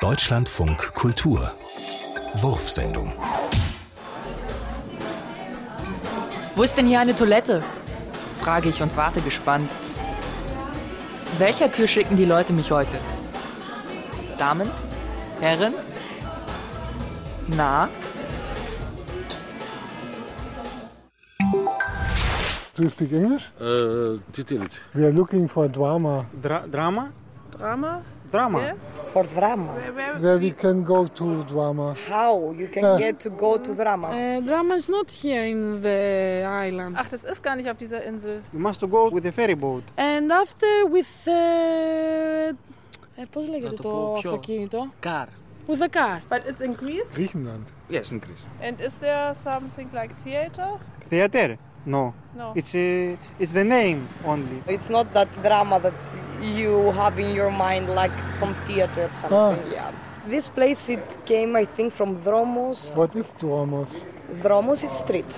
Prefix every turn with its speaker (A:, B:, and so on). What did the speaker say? A: Deutschlandfunk Kultur. Wurfsendung.
B: Wo ist denn hier eine Toilette? frage ich und warte gespannt. Zu welcher Tür schicken die Leute mich heute? Damen? Herren? Na?
C: Do you speak English?
D: Uh, detail it.
C: We are looking for drama
E: Dra- drama?
F: drama?
E: Drama.
F: Yes.
G: for drama.
C: where we can go to drama.
G: How you can get to go to drama?
H: Uh, drama is not here in the island.
F: Ach, das ist gar nicht auf dieser Insel.
E: You must go with the ferry boat.
H: And after with... Uh, ε, πώς λέγεται
B: το
H: το,
B: πω πιο.
H: αυτοκίνητο?
B: Gar.
H: With a car.
F: But it's in Greece.
C: Griechenland.
E: Yes, in Greece.
F: And is there something like theater?
E: Theater? No.
F: No.
E: It's uh, it's the name only.
G: It's not that drama that you have in your mind like from theater something. Yeah. This place it came I think from Dromos.
C: What is Dramos?
G: Dromos is street.